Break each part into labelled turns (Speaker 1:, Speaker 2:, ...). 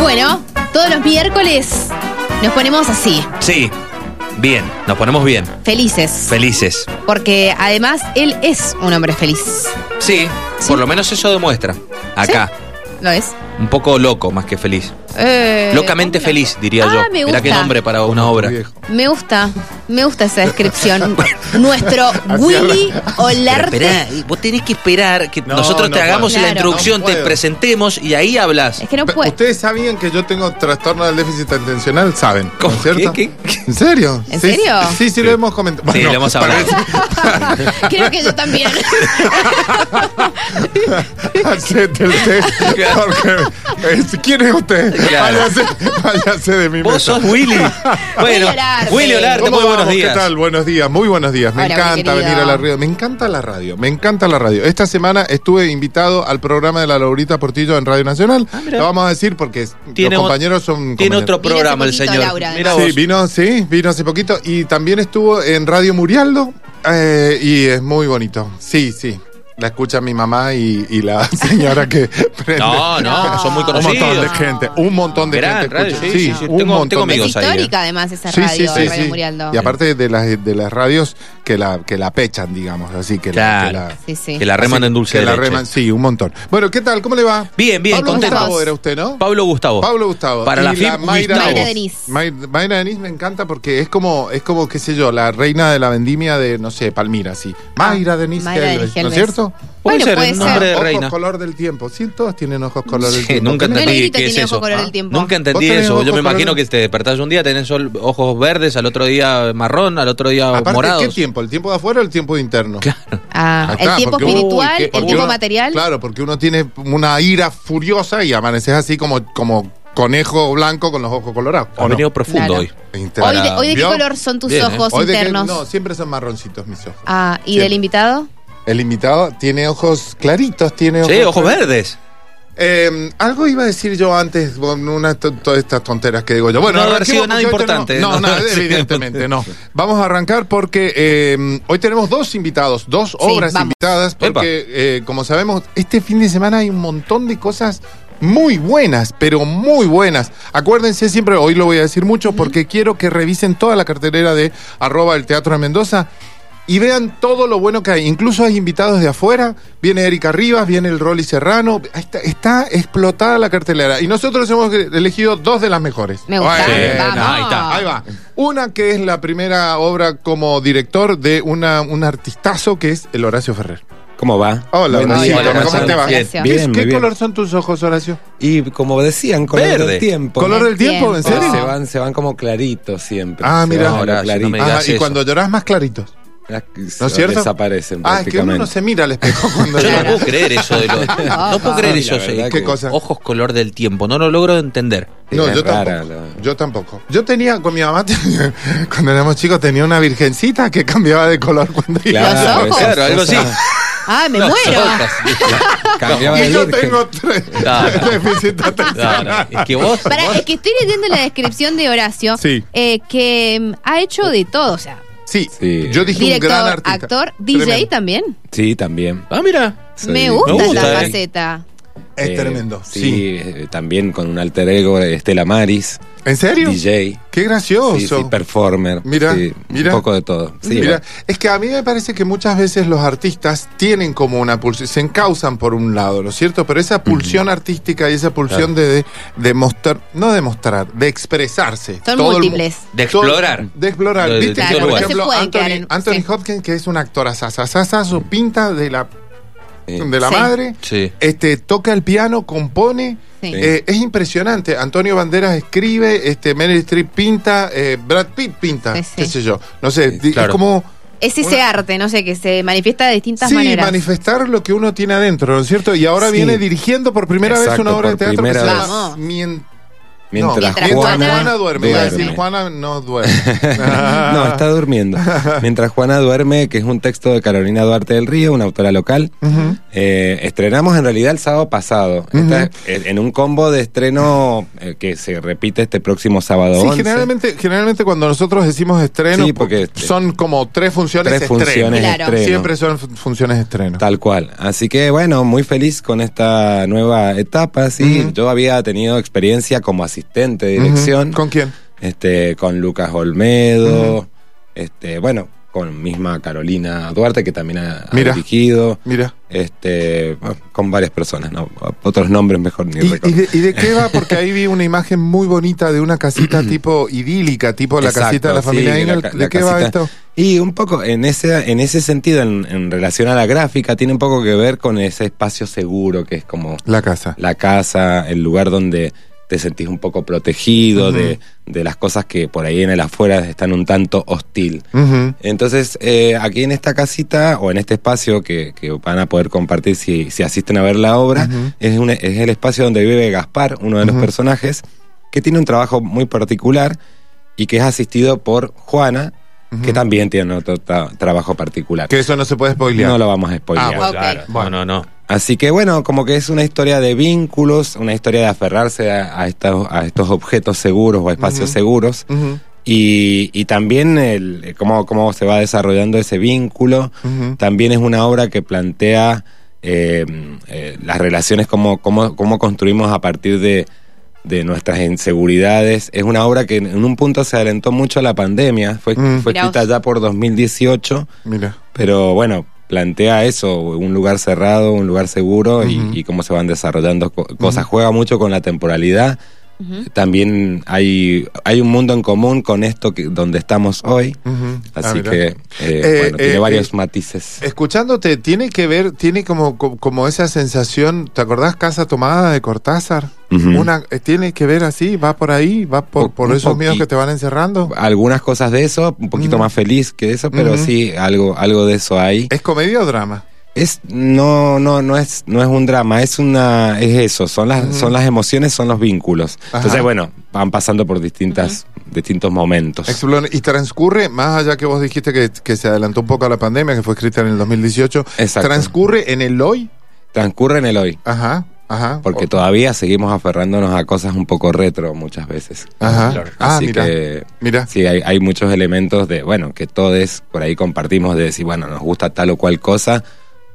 Speaker 1: bueno, todos los miércoles nos ponemos así,
Speaker 2: Sí, bien, nos ponemos bien,
Speaker 1: felices.
Speaker 2: felices.
Speaker 1: Porque además él es un hombre feliz.
Speaker 2: Sí,
Speaker 1: Sí.
Speaker 2: por lo menos eso demuestra. Acá,
Speaker 1: ¿Lo es?
Speaker 2: un poco loco más que feliz.
Speaker 1: Eh,
Speaker 2: Locamente feliz, diría
Speaker 1: Ah,
Speaker 2: yo.
Speaker 1: me
Speaker 2: Mirá qué
Speaker 1: gusta.
Speaker 2: nombre para una obra.
Speaker 1: Me gusta, me gusta esa descripción. Nuestro Willy Olarte.
Speaker 2: Esperá, vos tenés que esperar que
Speaker 3: No,
Speaker 2: nosotros te
Speaker 3: no
Speaker 2: hagamos
Speaker 1: puedo.
Speaker 2: la
Speaker 1: Claro.
Speaker 2: introducción,
Speaker 3: No
Speaker 2: te
Speaker 3: puedo.
Speaker 2: presentemos y ahí hablas.
Speaker 1: Es que no
Speaker 3: Pero,
Speaker 1: puede.
Speaker 3: Ustedes sabían que yo tengo trastorno del déficit atencional, saben, ¿no
Speaker 2: ¿Cómo?
Speaker 3: es cierto?
Speaker 2: ¿Qué?
Speaker 3: ¿En serio?
Speaker 1: ¿En
Speaker 3: Sí,
Speaker 1: serio?
Speaker 3: Sí, sí, lo hemos comentado.
Speaker 2: Sí,
Speaker 3: Bueno,
Speaker 2: lo hemos hablado.
Speaker 1: Creo que yo también.
Speaker 3: Hacete el test, porque es- ¿quién es usted?
Speaker 2: Claro.
Speaker 3: Váyase, váyase de mi
Speaker 2: Vos sos
Speaker 3: mesa.
Speaker 2: Willy. Bueno,
Speaker 1: Olarte.
Speaker 2: Willy Olarte,
Speaker 3: ¿Cómo
Speaker 2: muy buenos
Speaker 3: vamos?
Speaker 2: días.
Speaker 3: ¿Qué tal? Buenos días, muy buenos días. Me
Speaker 1: Hola, mi
Speaker 3: encanta
Speaker 1: querido.
Speaker 3: venir a la radio. Me encanta la radio, me encanta la radio. Esta semana estuve invitado al programa de la Laurita Portillo en Radio Nacional.
Speaker 2: Ah, mira.
Speaker 3: Lo vamos a decir porque
Speaker 2: Tiene
Speaker 3: los
Speaker 2: o-
Speaker 3: compañeros son
Speaker 2: Tiene
Speaker 3: compañeros.
Speaker 2: otro
Speaker 1: Vino hace
Speaker 2: programa el
Speaker 1: poquito
Speaker 2: señor.
Speaker 1: Laura,
Speaker 2: Mira
Speaker 3: Sí,
Speaker 2: vos.
Speaker 3: vino, sí, vino hace poquito y también estuvo en Radio Murialdo eh, y es muy bonito. Sí, sí. La escucha mi mamá y, y la señora que prende.
Speaker 2: No, no, son muy
Speaker 3: un
Speaker 2: conocidos.
Speaker 3: montón de gente, un montón de
Speaker 2: Gran
Speaker 3: gente
Speaker 2: radio, sí,
Speaker 3: escucha.
Speaker 2: sí, sí,
Speaker 3: un
Speaker 2: tengo-
Speaker 3: montón
Speaker 2: tengo
Speaker 3: de
Speaker 1: Es
Speaker 2: amigos ahí,
Speaker 1: histórica además esa
Speaker 3: Sí,
Speaker 1: radio,
Speaker 3: sí, sí,
Speaker 1: Radio
Speaker 3: sí.
Speaker 1: Murialdo.
Speaker 3: Y aparte de las, de las radios que la, que la pechan, digamos, así que la-
Speaker 2: Claro.
Speaker 3: que la...
Speaker 1: Sí, sí.
Speaker 2: Que la reman
Speaker 3: así,
Speaker 2: en dulce
Speaker 3: que
Speaker 2: de
Speaker 3: la
Speaker 2: leche.
Speaker 3: reman- sí, un montón. Bueno, ¿qué tal? ¿Cómo le va?
Speaker 2: Bien, bien,
Speaker 3: Pablo
Speaker 2: contento.
Speaker 3: Gustavo era usted, ¿no?
Speaker 2: Pablo Gustavo.
Speaker 3: Pablo Gustavo.
Speaker 2: Para
Speaker 3: Y
Speaker 2: la FIP,
Speaker 3: Mayra
Speaker 2: Gustavo.
Speaker 1: Mayra Denis.
Speaker 3: May- Mayra Denis me encanta porque es como, es como, qué sé yo, la reina de la vendimia de, no sé, Palmira, sí. Mayra Denis
Speaker 1: Ah, Mayra Denis
Speaker 3: Helves, ¿no es
Speaker 1: Helves.
Speaker 3: cierto? Ah,
Speaker 2: Puede
Speaker 1: Bueno,
Speaker 2: ser,
Speaker 1: puede
Speaker 2: el
Speaker 1: ser.
Speaker 2: nombre de
Speaker 3: ojos
Speaker 2: reina.
Speaker 3: color del tiempo. Sí, todos tienen ojos color del
Speaker 2: Sí,
Speaker 3: tiempo.
Speaker 2: nunca
Speaker 3: ¿Tenés?
Speaker 1: No
Speaker 2: entendí
Speaker 1: negrito
Speaker 2: qué es
Speaker 1: tiene
Speaker 2: eso.
Speaker 1: ojo color
Speaker 2: Ah,
Speaker 1: del tiempo.
Speaker 2: Nunca
Speaker 3: Vos
Speaker 2: entendí
Speaker 3: tenés
Speaker 2: eso. Yo
Speaker 3: ojos
Speaker 2: me imagino
Speaker 3: colores.
Speaker 2: que te despertás un día, tenés sol- ojos verdes, al otro día marrón, al otro día
Speaker 3: Aparte, ¿qué
Speaker 2: morados.
Speaker 3: tiempo? ¿El tiempo de afuera o el tiempo de interno?
Speaker 1: Ah,
Speaker 3: Acá,
Speaker 1: el tiempo
Speaker 3: porque uno-
Speaker 1: espiritual,
Speaker 3: uy, qué-
Speaker 1: el
Speaker 3: porque
Speaker 1: tiempo
Speaker 3: uno-
Speaker 1: material.
Speaker 3: Claro, porque uno tiene una ira furiosa y amaneces así como, como conejo blanco con los ojos colorados.
Speaker 2: Ha
Speaker 3: ¿o no?
Speaker 2: venido profundo
Speaker 1: Claro.
Speaker 2: hoy.
Speaker 3: Interno.
Speaker 1: Hoy de, hoy de qué
Speaker 3: ¿Vio?
Speaker 1: color son tus
Speaker 2: Bien, ¿eh?
Speaker 1: ojos
Speaker 3: Hoy de que-
Speaker 1: internos.
Speaker 3: no, siempre son marroncitos mis ojos.
Speaker 1: Ah, ¿y
Speaker 3: Siempre.
Speaker 1: del invitado?
Speaker 3: El invitado tiene ojos claritos, tiene ojos.
Speaker 2: Sí, ojos
Speaker 3: claritos.
Speaker 2: verdes.
Speaker 3: Eh, algo iba a decir yo antes, con una to- todas estas tonteras que digo yo. Bueno,
Speaker 2: No haber
Speaker 3: arranquemos
Speaker 2: sido nada
Speaker 3: porque hoy
Speaker 2: importante.
Speaker 3: tenemos- no,
Speaker 2: No
Speaker 3: nada,
Speaker 2: haber sido
Speaker 3: evidentemente, no. Vamos a arrancar porque eh, hoy tenemos dos invitados, dos obras
Speaker 1: vamos.
Speaker 3: invitadas,
Speaker 2: Epa.
Speaker 3: porque eh, como sabemos, este fin de semana hay un montón de cosas muy buenas, pero muy buenas. Acuérdense siempre, hoy lo voy a decir mucho, porque quiero que revisen toda la cartelera de arroba el Teatro de Mendoza y vean todo lo bueno que hay. Incluso hay invitados de afuera. Viene Erika Rivas, viene el Rolly Serrano. Está, está explotada la cartelera. Y nosotros hemos elegido dos de las mejores.
Speaker 1: Me gusta.
Speaker 3: Ahí,
Speaker 2: Bueno,
Speaker 1: vamos.
Speaker 2: ahí está.
Speaker 3: ahí va. Una que es la primera obra como director de una, un artistazo que es el Horacio Ferrer.
Speaker 4: ¿Cómo va?
Speaker 3: Hola,
Speaker 4: Buen
Speaker 3: Horacio.
Speaker 4: día,
Speaker 1: Hola,
Speaker 3: ¿Cómo
Speaker 1: Horacio.
Speaker 3: te va?
Speaker 1: Bien,
Speaker 3: ¿Qué,
Speaker 4: bien, muy
Speaker 3: qué
Speaker 4: bien.
Speaker 3: color son tus ojos, Horacio?
Speaker 4: Y como decían, color
Speaker 2: Verde.
Speaker 4: del tiempo.
Speaker 3: ¿Color del
Speaker 1: el tiempo.
Speaker 3: tiempo? ¿En
Speaker 4: Pero
Speaker 3: serio?
Speaker 4: Se van, se van como claritos siempre.
Speaker 3: Ah,
Speaker 4: Se
Speaker 3: mira.
Speaker 4: van como
Speaker 2: Ahora, no
Speaker 4: claritos.
Speaker 2: me
Speaker 3: Ajá,
Speaker 2: digas
Speaker 3: y
Speaker 2: eso.
Speaker 3: cuando lloras más claritos.
Speaker 4: Ah,
Speaker 3: ¿No es cierto?
Speaker 4: Desaparecen
Speaker 3: Ah, es que uno
Speaker 4: prácticamente.
Speaker 3: no se mira al espejo cuando
Speaker 2: Yo no
Speaker 3: llora.
Speaker 2: puedo creer eso de los. No puedo creer
Speaker 4: Sí,
Speaker 2: eso.
Speaker 4: Ah, la verdad
Speaker 2: sí.
Speaker 3: ¿Qué cosa?
Speaker 2: Ojos color del tiempo. No lo logro entender.
Speaker 4: Sí,
Speaker 3: No,
Speaker 4: es
Speaker 3: yo
Speaker 4: rara
Speaker 3: tampoco.
Speaker 4: la-
Speaker 3: Yo tampoco. Yo tenía, con mi mamá, tenía- cuando éramos chicos, tenía una virgencita que cambiaba de color cuando iba.
Speaker 1: Los ojos.
Speaker 2: Claro, algo así.
Speaker 1: Ah, me
Speaker 2: No,
Speaker 1: muero.
Speaker 2: ojos.
Speaker 4: Cambiaba
Speaker 3: Y
Speaker 4: de
Speaker 3: yo
Speaker 4: virgen.
Speaker 3: tengo tres.
Speaker 2: Claro.
Speaker 3: déficit
Speaker 2: No,
Speaker 3: atencional.
Speaker 2: no, Es que vos.
Speaker 1: Para,
Speaker 2: vos-
Speaker 1: es que estoy leyendo la descripción de Horacio,
Speaker 3: Sí.
Speaker 1: eh, que mm, ha hecho de todo, o sea,
Speaker 3: Sí,
Speaker 4: Sí.
Speaker 3: yo dije un gran
Speaker 1: director,
Speaker 3: artista.
Speaker 1: actor, DJ
Speaker 3: Tremendo.
Speaker 1: también.
Speaker 4: Sí, también.
Speaker 2: Ah, mira.
Speaker 4: Soy-
Speaker 1: Me gusta,
Speaker 2: Me gusta,
Speaker 1: la
Speaker 2: eh.
Speaker 1: faceta.
Speaker 3: Es
Speaker 4: Eh,
Speaker 3: tremendo.
Speaker 4: Sí,
Speaker 3: Sí.
Speaker 4: eh, también con un alter ego, Estela Maris,
Speaker 3: ¿En serio?
Speaker 4: DJ.
Speaker 3: Qué
Speaker 4: Sí, sí,
Speaker 3: gracioso.
Speaker 4: performer.
Speaker 3: Mira,
Speaker 4: sí,
Speaker 3: mira.
Speaker 4: Un poco de todo. Sí,
Speaker 3: Mira,
Speaker 4: bueno.
Speaker 3: es que a mí me parece que muchas veces los artistas tienen como una pulsión, se encausan por un lado, ¿no es cierto? Pero esa pulsión artística y esa pulsión de, de, de mostrar, no de mostrar, de expresarse.
Speaker 1: Son
Speaker 3: Todo el mu-
Speaker 1: múltiples.
Speaker 2: De explorar.
Speaker 3: Todo- De explorar.
Speaker 2: De- de-
Speaker 3: Viste
Speaker 2: de
Speaker 3: que,
Speaker 2: todo
Speaker 3: por
Speaker 2: lugar.
Speaker 1: No
Speaker 3: ejemplo,
Speaker 1: se pueden
Speaker 3: Anthony,
Speaker 1: quedar en-
Speaker 3: Anthony
Speaker 1: sí.
Speaker 3: Hopkins, que es un actor asasasaso, pinta de la,
Speaker 4: Sí.
Speaker 3: de la
Speaker 1: Sí.
Speaker 3: madre,
Speaker 2: Sí.
Speaker 3: este, toca el piano, compone.
Speaker 1: Sí.
Speaker 3: Eh, es impresionante. Antonio Banderas escribe, este, Meryl Streep pinta, eh, Brad Pitt pinta,
Speaker 1: Sí, sí.
Speaker 3: qué sé yo. No sé,
Speaker 4: Sí,
Speaker 3: di-
Speaker 2: claro.
Speaker 3: es como...
Speaker 1: Es ese arte, no sé, que se manifiesta de distintas
Speaker 3: Sí,
Speaker 1: maneras.
Speaker 3: manifestar lo que uno tiene adentro, ¿no es cierto? Y ahora
Speaker 4: Sí.
Speaker 3: viene dirigiendo por primera vez
Speaker 4: Exacto,
Speaker 3: una obra de
Speaker 4: por
Speaker 3: teatro que se
Speaker 4: primera
Speaker 3: llama
Speaker 1: vez.
Speaker 3: Mien-
Speaker 4: Mientras,
Speaker 1: mientras
Speaker 4: Juana,
Speaker 1: Juana-
Speaker 3: duerme. Iba a decir,
Speaker 4: duerme.
Speaker 3: Juana no duerme.
Speaker 4: No, está durmiendo. Mientras Juana duerme, que es un texto de Carolina Duarte del Río, una autora local.
Speaker 3: Ujú.
Speaker 4: Eh, estrenamos en realidad el sábado pasado. Esta es- eh, en un combo de estreno eh, que se repite este próximo sábado.
Speaker 3: Sí,
Speaker 4: 11.
Speaker 3: generalmente, generalmente cuando nosotros decimos estreno,
Speaker 4: Sí, porque, este,
Speaker 3: po- son como tres funciones
Speaker 4: Tres
Speaker 3: estreno.
Speaker 4: funciones
Speaker 1: Claro.
Speaker 4: estreno.
Speaker 3: Siempre son fun- funciones estreno.
Speaker 4: Tal cual. Así que bueno, muy feliz con esta nueva etapa. Sí,
Speaker 3: Ujú.
Speaker 4: yo había tenido experiencia como asistente de
Speaker 3: Ujú.
Speaker 4: dirección.
Speaker 3: ¿Con quién?
Speaker 4: este, con Lucas Olmedo, este, bueno, con misma Carolina Duarte, que también ha, ha
Speaker 3: Mira.
Speaker 4: dirigido,
Speaker 3: Mira.
Speaker 4: este, bueno, con varias personas, no, otros nombres mejor ni
Speaker 3: ¿Y,
Speaker 4: recuerdo.
Speaker 3: y de, y de qué va? Porque ahí vi una imagen muy bonita de una casita tipo idílica, tipo la
Speaker 4: Exacto,
Speaker 3: casita de la
Speaker 4: sí,
Speaker 3: familia
Speaker 4: de la
Speaker 3: Engel.
Speaker 4: ca-
Speaker 3: ¿De
Speaker 4: la
Speaker 3: qué va
Speaker 4: casita-
Speaker 3: esto?
Speaker 4: Y un poco en ese, en ese sentido, en, en relación a la gráfica, tiene un poco que ver con ese espacio seguro que es como
Speaker 3: La casa.
Speaker 4: la casa, el lugar donde te sentís un poco protegido de, de las cosas que por ahí en el afuera están un tanto hostil.
Speaker 3: Ujú.
Speaker 4: Entonces, eh, aquí en esta casita o en este espacio que, que van a poder compartir si, si asisten a ver la obra,
Speaker 3: Ujú.
Speaker 4: es, un- es el espacio donde vive Gaspar, uno de los
Speaker 3: Ujú.
Speaker 4: personajes, que tiene un trabajo muy particular y que es asistido por Juana, que también tiene otro tra- trabajo particular.
Speaker 3: Que eso no se puede spoilear.
Speaker 4: No lo vamos a spoilear.
Speaker 3: Ah, bueno.
Speaker 2: Claro.
Speaker 3: Bueno.
Speaker 2: No, no, no.
Speaker 4: Así que bueno, como que es una historia de vínculos, una historia de aferrarse a, a estos, a estos objetos seguros o a espacios
Speaker 3: Ujú.
Speaker 4: seguros.
Speaker 3: Ujú,
Speaker 4: Y, y también el, eh, cómo, cómo se va desarrollando ese vínculo.
Speaker 3: ujú.
Speaker 4: También es una obra que plantea eh, eh, las relaciones, cómo, cómo, cómo construimos a partir de, de nuestras inseguridades. Es una obra que en en un punto se adelantó mucho a la pandemia, fue,
Speaker 3: Mm.
Speaker 4: fue
Speaker 1: Mirá
Speaker 4: escrita
Speaker 1: vos.
Speaker 4: ya por 2018,
Speaker 3: Mira.
Speaker 4: pero bueno, plantea eso, un lugar cerrado, un lugar seguro y-
Speaker 3: Ujú.
Speaker 4: y, cómo se van desarrollando co- cosas. Juega mucho con la temporalidad.
Speaker 1: Ujú.
Speaker 4: También hay, hay un mundo en común con esto que, donde estamos hoy.
Speaker 3: Ujú. Ah,
Speaker 4: Así
Speaker 3: mira.
Speaker 4: que, eh,
Speaker 3: Eh,
Speaker 4: bueno, tiene
Speaker 3: eh,
Speaker 4: varios
Speaker 3: eh,
Speaker 4: matices.
Speaker 3: Escuchándote, tiene que ver, tiene como, co- como esa sensación, ¿te acordás Casa Tomada de Cortázar?
Speaker 4: Ujú.
Speaker 3: Una, eh, tiene que ver así, va por ahí, va por,
Speaker 4: Un-
Speaker 3: por
Speaker 4: un
Speaker 3: esos miedos
Speaker 4: poqui-
Speaker 3: que te van encerrando.
Speaker 4: algunas cosas de eso, un poquito
Speaker 3: Mm.
Speaker 4: más feliz que eso, pero
Speaker 3: Ujú. Eh,
Speaker 4: sí, algo, algo de eso hay.
Speaker 3: ¿Es comedia o drama?
Speaker 4: Es, no, no, no es, no es un drama, es una, es eso, son las,
Speaker 3: Ujú.
Speaker 4: son las emociones, son los vínculos.
Speaker 3: Ajá.
Speaker 4: Entonces, bueno, van pasando por distintas, distintos momentos.
Speaker 3: Explora- Y transcurre, más allá que vos dijiste que, que se adelantó un poco a la pandemia, que fue escrita en el 2018,
Speaker 4: Exacto.
Speaker 3: transcurre en el hoy.
Speaker 4: Transcurre en el hoy.
Speaker 3: Ajá, ajá.
Speaker 4: Porque
Speaker 3: O-
Speaker 4: todavía seguimos aferrándonos a cosas un poco retro muchas veces.
Speaker 3: Ajá.
Speaker 2: Claro.
Speaker 3: Ah,
Speaker 4: Así
Speaker 3: mira.
Speaker 4: que
Speaker 3: Mira.
Speaker 4: Sí, hay, hay muchos elementos de, bueno, que todos por ahí compartimos de decir, bueno, nos gusta tal o cual cosa.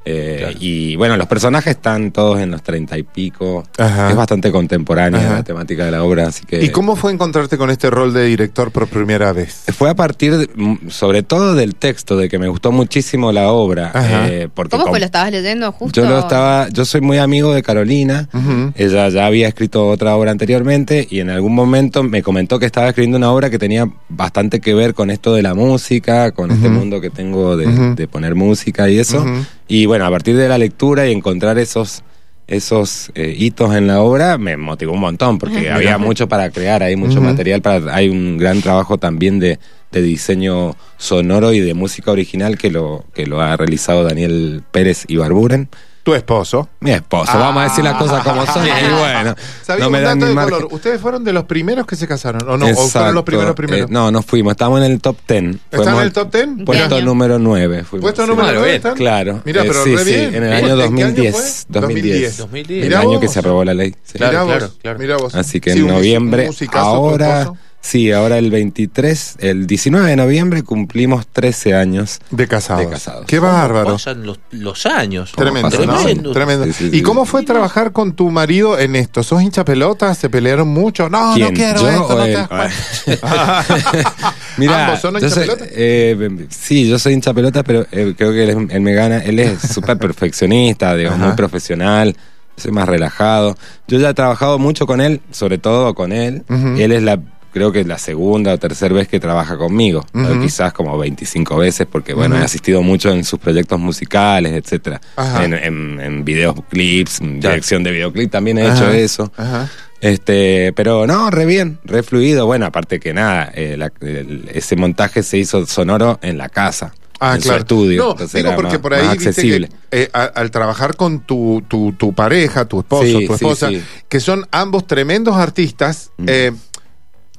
Speaker 4: eh,
Speaker 2: Claro.
Speaker 4: Y bueno, los personajes están todos en los treinta y pico.
Speaker 3: Ajá.
Speaker 4: Es bastante contemporánea
Speaker 3: Ajá.
Speaker 4: la temática de la obra, así que...
Speaker 3: ¿Y cómo fue encontrarte con este rol de director por primera vez?
Speaker 4: Fue a partir, de- mm, sobre todo, del texto, de que me gustó muchísimo la obra.
Speaker 3: Ajá.
Speaker 4: eh, porque
Speaker 1: ¿Cómo
Speaker 4: com-
Speaker 1: fue? ¿Lo estabas leyendo justo?
Speaker 4: Yo lo estaba, yo soy muy amigo de Carolina.
Speaker 3: Ujú.
Speaker 4: Ella ya había escrito otra obra anteriormente y en algún momento me comentó que estaba escribiendo una obra que tenía bastante que ver con esto de la música, con este
Speaker 3: Ujú.
Speaker 4: mundo que tengo de,
Speaker 3: Ujú.
Speaker 4: de poner música y eso.
Speaker 3: Ujú.
Speaker 4: Y bueno, a partir de la lectura y encontrar esos esos eh, hitos en la obra me motivó un montón porque había mucho para crear, hay mucho
Speaker 3: Ujú.
Speaker 4: material para hay un gran trabajo también de, de diseño sonoro y de música original que lo que lo ha realizado Daniel Pérez y Barburen.
Speaker 3: Tu esposo.
Speaker 4: Mi esposo,
Speaker 3: Ah.
Speaker 4: vamos a decir las cosas como son.
Speaker 3: Ah.
Speaker 4: Y bueno,
Speaker 3: Sabía
Speaker 4: no me
Speaker 3: un
Speaker 4: dan
Speaker 3: dato
Speaker 4: ni
Speaker 3: de
Speaker 4: margen.
Speaker 3: color. Ustedes fueron de los primeros que se casaron, ¿o no? ¿O fueron los
Speaker 4: Exacto.
Speaker 3: primeros primeros?
Speaker 4: Eh, no, no fuimos, estábamos en el top 10.
Speaker 3: ¿Están en el top 10?
Speaker 1: Mira.
Speaker 4: Puesto
Speaker 1: año?
Speaker 4: número 9. Fuimos,
Speaker 3: Puesto
Speaker 4: sí.
Speaker 3: número
Speaker 2: Claro,
Speaker 3: 9
Speaker 2: bien,
Speaker 3: están.
Speaker 4: Claro.
Speaker 3: Mira,
Speaker 4: Eh,
Speaker 3: pero
Speaker 4: sí,
Speaker 3: re
Speaker 4: sí,
Speaker 3: bien.
Speaker 4: en el
Speaker 3: ¿En qué
Speaker 4: año
Speaker 3: año
Speaker 4: 2010.
Speaker 3: fue?
Speaker 4: 2010.
Speaker 2: 2010.
Speaker 4: El
Speaker 3: Mirá
Speaker 4: año
Speaker 3: vos.
Speaker 4: que se aprobó la ley. sí.
Speaker 2: Claro,
Speaker 3: Mirá vos,
Speaker 2: claro, claro.
Speaker 3: mirá vos.
Speaker 4: Así que
Speaker 3: Sí,
Speaker 4: en
Speaker 3: un mus-
Speaker 4: noviembre,
Speaker 3: un musicazo, tu
Speaker 4: ahora,
Speaker 3: esposo.
Speaker 4: sí, ahora el 23, el 19 de noviembre cumplimos 13 años.
Speaker 3: De casados.
Speaker 4: De casados.
Speaker 3: Qué bárbaro.
Speaker 2: Pasan los, los años.
Speaker 3: Tremendo,
Speaker 4: pasan
Speaker 3: ¿no?
Speaker 4: los
Speaker 2: Tremendo.
Speaker 4: años?
Speaker 3: Tremendo.
Speaker 4: Sí, sí,
Speaker 3: ¿Y
Speaker 4: sí.
Speaker 3: cómo fue trabajar con tu marido en esto? ¿Sos hincha pelota? ¿Se pelearon mucho? No, no
Speaker 4: ¿Quién?
Speaker 3: quiero
Speaker 4: ¿Yo
Speaker 3: esto,
Speaker 4: o
Speaker 3: no te
Speaker 4: él?
Speaker 3: das cuenta.
Speaker 4: Mira,
Speaker 3: ¿Ambos son
Speaker 4: yo soy-
Speaker 3: hinchapelota?
Speaker 4: eh, sí, yo soy hincha pelota, pero eh, creo que él, es- él me gana. Él es súper perfeccionista, digamos,
Speaker 3: Ajá.
Speaker 4: muy profesional. Soy más relajado. Yo ya he trabajado mucho con él, sobre todo con él.
Speaker 3: Ujú.
Speaker 4: Él es la, creo que la segunda o tercera vez que trabaja conmigo. ¿no?
Speaker 3: Ujú.
Speaker 4: Quizás como 25 veces, porque bueno,
Speaker 3: Ujú.
Speaker 4: he asistido mucho en sus proyectos musicales, etcétera.
Speaker 3: Ajá.
Speaker 4: En, en, en videoclips, en dirección de videoclip, también he hecho
Speaker 3: Ajá.
Speaker 4: eso.
Speaker 3: Ajá.
Speaker 4: Este, pero no, re bien, re fluido. Bueno, aparte que nada, eh, la- el- ese montaje se hizo sonoro en la casa. en su estudio.
Speaker 3: Ah, No,
Speaker 4: entonces
Speaker 3: digo
Speaker 4: era
Speaker 3: porque
Speaker 4: más-
Speaker 3: por ahí
Speaker 4: más
Speaker 3: viste
Speaker 4: accesible.
Speaker 3: que eh, a- al trabajar con tu, tu, tu pareja, tu esposo,
Speaker 4: Sí,
Speaker 3: tu
Speaker 4: sí,
Speaker 3: esposa,
Speaker 4: sí. Mm.
Speaker 3: que son ambos tremendos artistas, eh,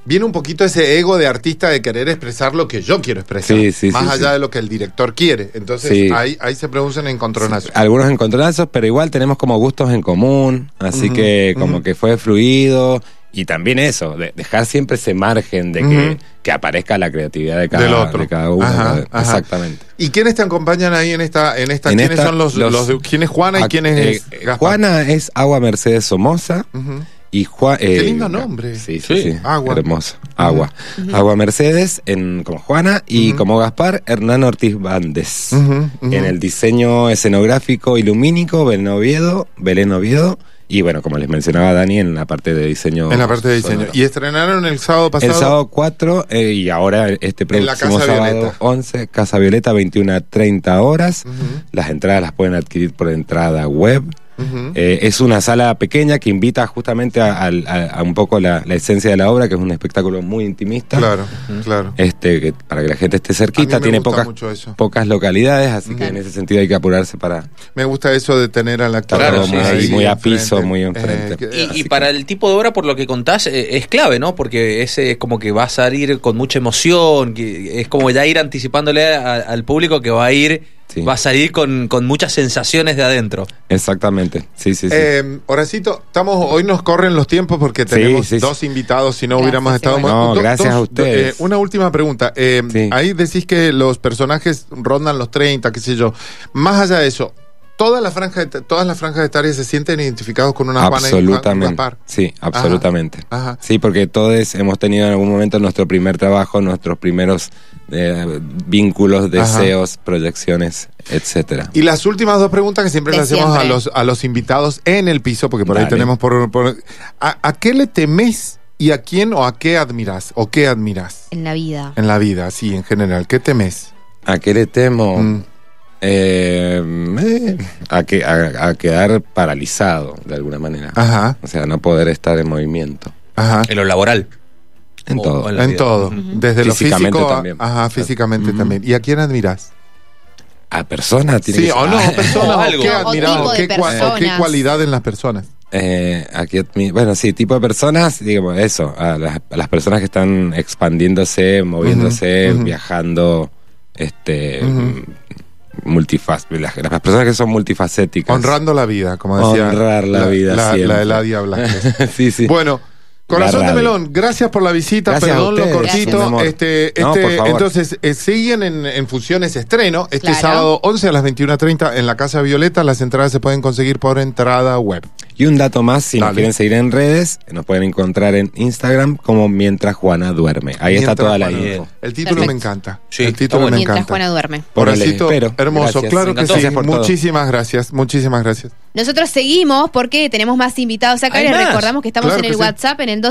Speaker 3: viene un poquito ese ego de artista de querer expresar lo que yo quiero expresar,
Speaker 4: Sí, sí,
Speaker 3: más
Speaker 4: sí,
Speaker 3: allá
Speaker 4: sí.
Speaker 3: de lo que el director quiere. Entonces
Speaker 4: Sí. ah.
Speaker 3: ahí, ahí se producen encontronazos.
Speaker 4: Algunos encontronazos, pero igual tenemos como gustos en común, así
Speaker 3: Ujú,
Speaker 4: que como
Speaker 3: ujú.
Speaker 4: que fue fluido. Y también eso, de- dejar siempre ese margen de que,
Speaker 3: Ujú.
Speaker 4: que aparezca la creatividad de cada,
Speaker 3: Del otro.
Speaker 4: de cada uno.
Speaker 3: Ajá,
Speaker 4: de-
Speaker 3: ajá.
Speaker 4: Exactamente.
Speaker 3: ¿Y quiénes te acompañan ahí en esta? En esta
Speaker 4: En
Speaker 3: ¿Quiénes
Speaker 4: esta,
Speaker 3: son los,
Speaker 4: los-
Speaker 3: los de- ¿Quién es Juana y
Speaker 4: Ah,
Speaker 3: quién
Speaker 4: eh,
Speaker 3: es Gaspar?
Speaker 4: Juana es Agua Mercedes Somoza.
Speaker 3: Ujú.
Speaker 4: Y Juan,
Speaker 3: Qué lindo nombre.
Speaker 4: Sí, sí,
Speaker 2: Sí.
Speaker 4: sí.
Speaker 3: Agua.
Speaker 4: Hermoso. Agua. Agua Mercedes en, como Juana y
Speaker 3: Ujú.
Speaker 4: como Gaspar, Hernán Ortiz Bandes.
Speaker 3: Ujú, ujú.
Speaker 4: En el diseño escenográfico y lumínico, Belén Oviedo, Belén Oviedo. Y bueno, como les mencionaba Dani, en la parte de diseño.
Speaker 3: En la parte de diseño.
Speaker 4: sonoro.
Speaker 3: Y estrenaron el sábado pasado.
Speaker 4: el sábado 4 eh, y ahora este
Speaker 3: En la
Speaker 4: próximo
Speaker 3: Casa
Speaker 4: sábado
Speaker 3: Violeta.
Speaker 4: 11, Casa Violeta, 21 a 30 horas.
Speaker 3: Ujú,
Speaker 4: Las entradas las pueden adquirir por entrada web.
Speaker 3: ujú.
Speaker 4: Eh, es una sala pequeña que invita justamente a, al- a- a un poco la, la esencia de la obra, que es un espectáculo muy intimista.
Speaker 3: Claro, claro.
Speaker 4: Este, que para que la gente esté cerquita,
Speaker 3: A mí me
Speaker 4: tiene
Speaker 3: gusta
Speaker 4: pocas,
Speaker 3: mucho eso.
Speaker 4: pocas localidades, así que
Speaker 1: Ujú.
Speaker 4: en ese sentido hay que apurarse para.
Speaker 3: Me gusta eso de tener al actor
Speaker 2: Claro,
Speaker 3: ahí
Speaker 2: sí, sí.
Speaker 4: muy a
Speaker 3: enfrente.
Speaker 4: piso, muy enfrente.
Speaker 3: Eh, que-
Speaker 2: Y- Y,
Speaker 4: Así que-
Speaker 2: para el tipo de obra, por lo que contás, eh, es clave, ¿no? Porque ese es como que va a salir con mucha emoción, que es como ya ir anticipándole a- al público que va a ir,
Speaker 4: Sí.
Speaker 2: va a salir con, con muchas sensaciones de adentro.
Speaker 4: Exactamente. Sí, sí, sí.
Speaker 3: Eh, Horacito, estamos, hoy nos corren los tiempos porque tenemos
Speaker 4: sí, sí.
Speaker 3: dos invitados, si no
Speaker 1: Gracias,
Speaker 3: hubiéramos estado
Speaker 1: igual.
Speaker 4: No,
Speaker 3: do-
Speaker 4: gracias
Speaker 3: dos-
Speaker 4: a ustedes.
Speaker 3: eh, una última pregunta. Eh,
Speaker 4: Sí.
Speaker 3: Ahí decís que los personajes rondan los 30, qué sé yo. Más allá de eso, todas las franjas de- todas las franjas etarias se sienten identificados con una Juana y un Juan- un
Speaker 4: absolutamente.
Speaker 3: Gaspar.
Speaker 4: Sí, absolutamente.
Speaker 3: Ajá.
Speaker 4: Sí, porque todos hemos tenido en algún momento nuestro primer trabajo, nuestros primeros eh, vínculos,
Speaker 3: Ajá.
Speaker 4: deseos, proyecciones, etcétera.
Speaker 3: Y las últimas dos preguntas que siempre
Speaker 1: De
Speaker 3: le hacemos a
Speaker 1: siempre.
Speaker 3: los, a los invitados en el piso, porque por ahí
Speaker 4: Dale.
Speaker 3: tenemos por... por- ¿a, a qué le temes y a quién o a qué admirás? ¿O qué admirás?
Speaker 1: En la vida.
Speaker 3: En la vida, sí, en general. ¿Qué temes?
Speaker 4: ¿A qué le temo?
Speaker 3: Mm.
Speaker 4: Eh, eh, a, que, a, a quedar paralizado de alguna manera.
Speaker 3: Ajá,
Speaker 4: O sea, no poder estar en movimiento.
Speaker 3: ajá.
Speaker 2: En lo laboral.
Speaker 4: En
Speaker 2: O-
Speaker 4: todo.
Speaker 2: o la
Speaker 3: En
Speaker 2: vida.
Speaker 3: todo.
Speaker 1: Ujú.
Speaker 3: Desde lo
Speaker 4: Físicamente
Speaker 3: físico. a-
Speaker 4: también.
Speaker 3: Ajá,
Speaker 4: Claro.
Speaker 3: físicamente
Speaker 4: Ujú.
Speaker 3: también. ¿Y a quién admirás?
Speaker 4: A personas tiene
Speaker 3: Sí,
Speaker 4: que ser-
Speaker 3: o no,
Speaker 4: Ah,
Speaker 3: personas,
Speaker 2: O
Speaker 3: o
Speaker 2: algo.
Speaker 3: qué
Speaker 2: O
Speaker 3: admirás,
Speaker 1: tipo
Speaker 3: o
Speaker 1: de
Speaker 3: qué, cua- o qué
Speaker 1: personas.
Speaker 3: cualidad en las personas.
Speaker 4: eh, aquí admi- bueno, sí, tipo de personas, digamos, eso, a las, a las personas que están expandiéndose, moviéndose,
Speaker 3: ujú.
Speaker 4: viajando, este,
Speaker 3: Ujú.
Speaker 4: multifaz, las, las personas que son multifacéticas.
Speaker 3: Honrando la vida, como decía.
Speaker 4: Honrar la vida
Speaker 3: La,
Speaker 4: siempre.
Speaker 3: la Eladia Blasquez.
Speaker 4: sí, sí.
Speaker 3: Bueno, corazón
Speaker 4: La
Speaker 3: de
Speaker 4: radio.
Speaker 3: melón, gracias por la visita,
Speaker 4: Gracias a
Speaker 3: perdón lo
Speaker 4: ustedes,
Speaker 1: mi
Speaker 3: cortito.
Speaker 4: amor.
Speaker 3: Este, este,
Speaker 4: No, por favor.
Speaker 3: entonces, eh, siguen en, en Fusiones Estreno, este
Speaker 1: Claro.
Speaker 3: sábado 11 a las 21.30 en la Casa Violeta. Las entradas se pueden conseguir por entrada web.
Speaker 4: Y un dato más, si
Speaker 3: Dale.
Speaker 4: nos quieren seguir en redes, nos pueden encontrar en Instagram como Mientras Juana Duerme. Ahí está
Speaker 3: Mientras
Speaker 4: toda la
Speaker 3: Juana-
Speaker 2: info.
Speaker 4: info.
Speaker 3: El título
Speaker 1: Perfecto.
Speaker 3: me encanta.
Speaker 2: Sí,
Speaker 3: el
Speaker 2: está
Speaker 3: título
Speaker 2: bueno.
Speaker 3: me
Speaker 1: Mientras
Speaker 3: encanta.
Speaker 1: Juana duerme.
Speaker 4: Órale,
Speaker 3: Horacito,
Speaker 4: espero.
Speaker 3: hermoso,
Speaker 4: Gracias.
Speaker 3: claro
Speaker 4: Me
Speaker 3: que
Speaker 4: encantó.
Speaker 3: sí.
Speaker 4: Gracias por todo.
Speaker 3: Muchísimas gracias, muchísimas gracias.
Speaker 1: Nosotros seguimos porque tenemos más invitados acá.
Speaker 2: Hay
Speaker 1: Les
Speaker 2: más.
Speaker 1: recordamos que estamos
Speaker 3: Claro
Speaker 1: en
Speaker 3: que
Speaker 1: el
Speaker 3: sí.
Speaker 1: WhatsApp en el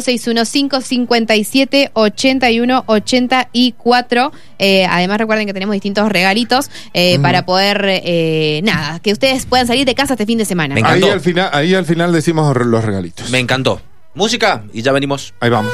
Speaker 1: 2615-5781-84. Eh, además, recuerden que tenemos distintos regalitos eh,
Speaker 3: Ujú.
Speaker 1: para poder, eh, nada, que ustedes puedan salir de casa este fin de semana.
Speaker 2: Me encanta.
Speaker 3: Ahí
Speaker 2: encantó.
Speaker 3: al, final, ahí al final decimos los regalitos.
Speaker 2: Me encantó. Música y ya venimos.
Speaker 3: Ahí vamos.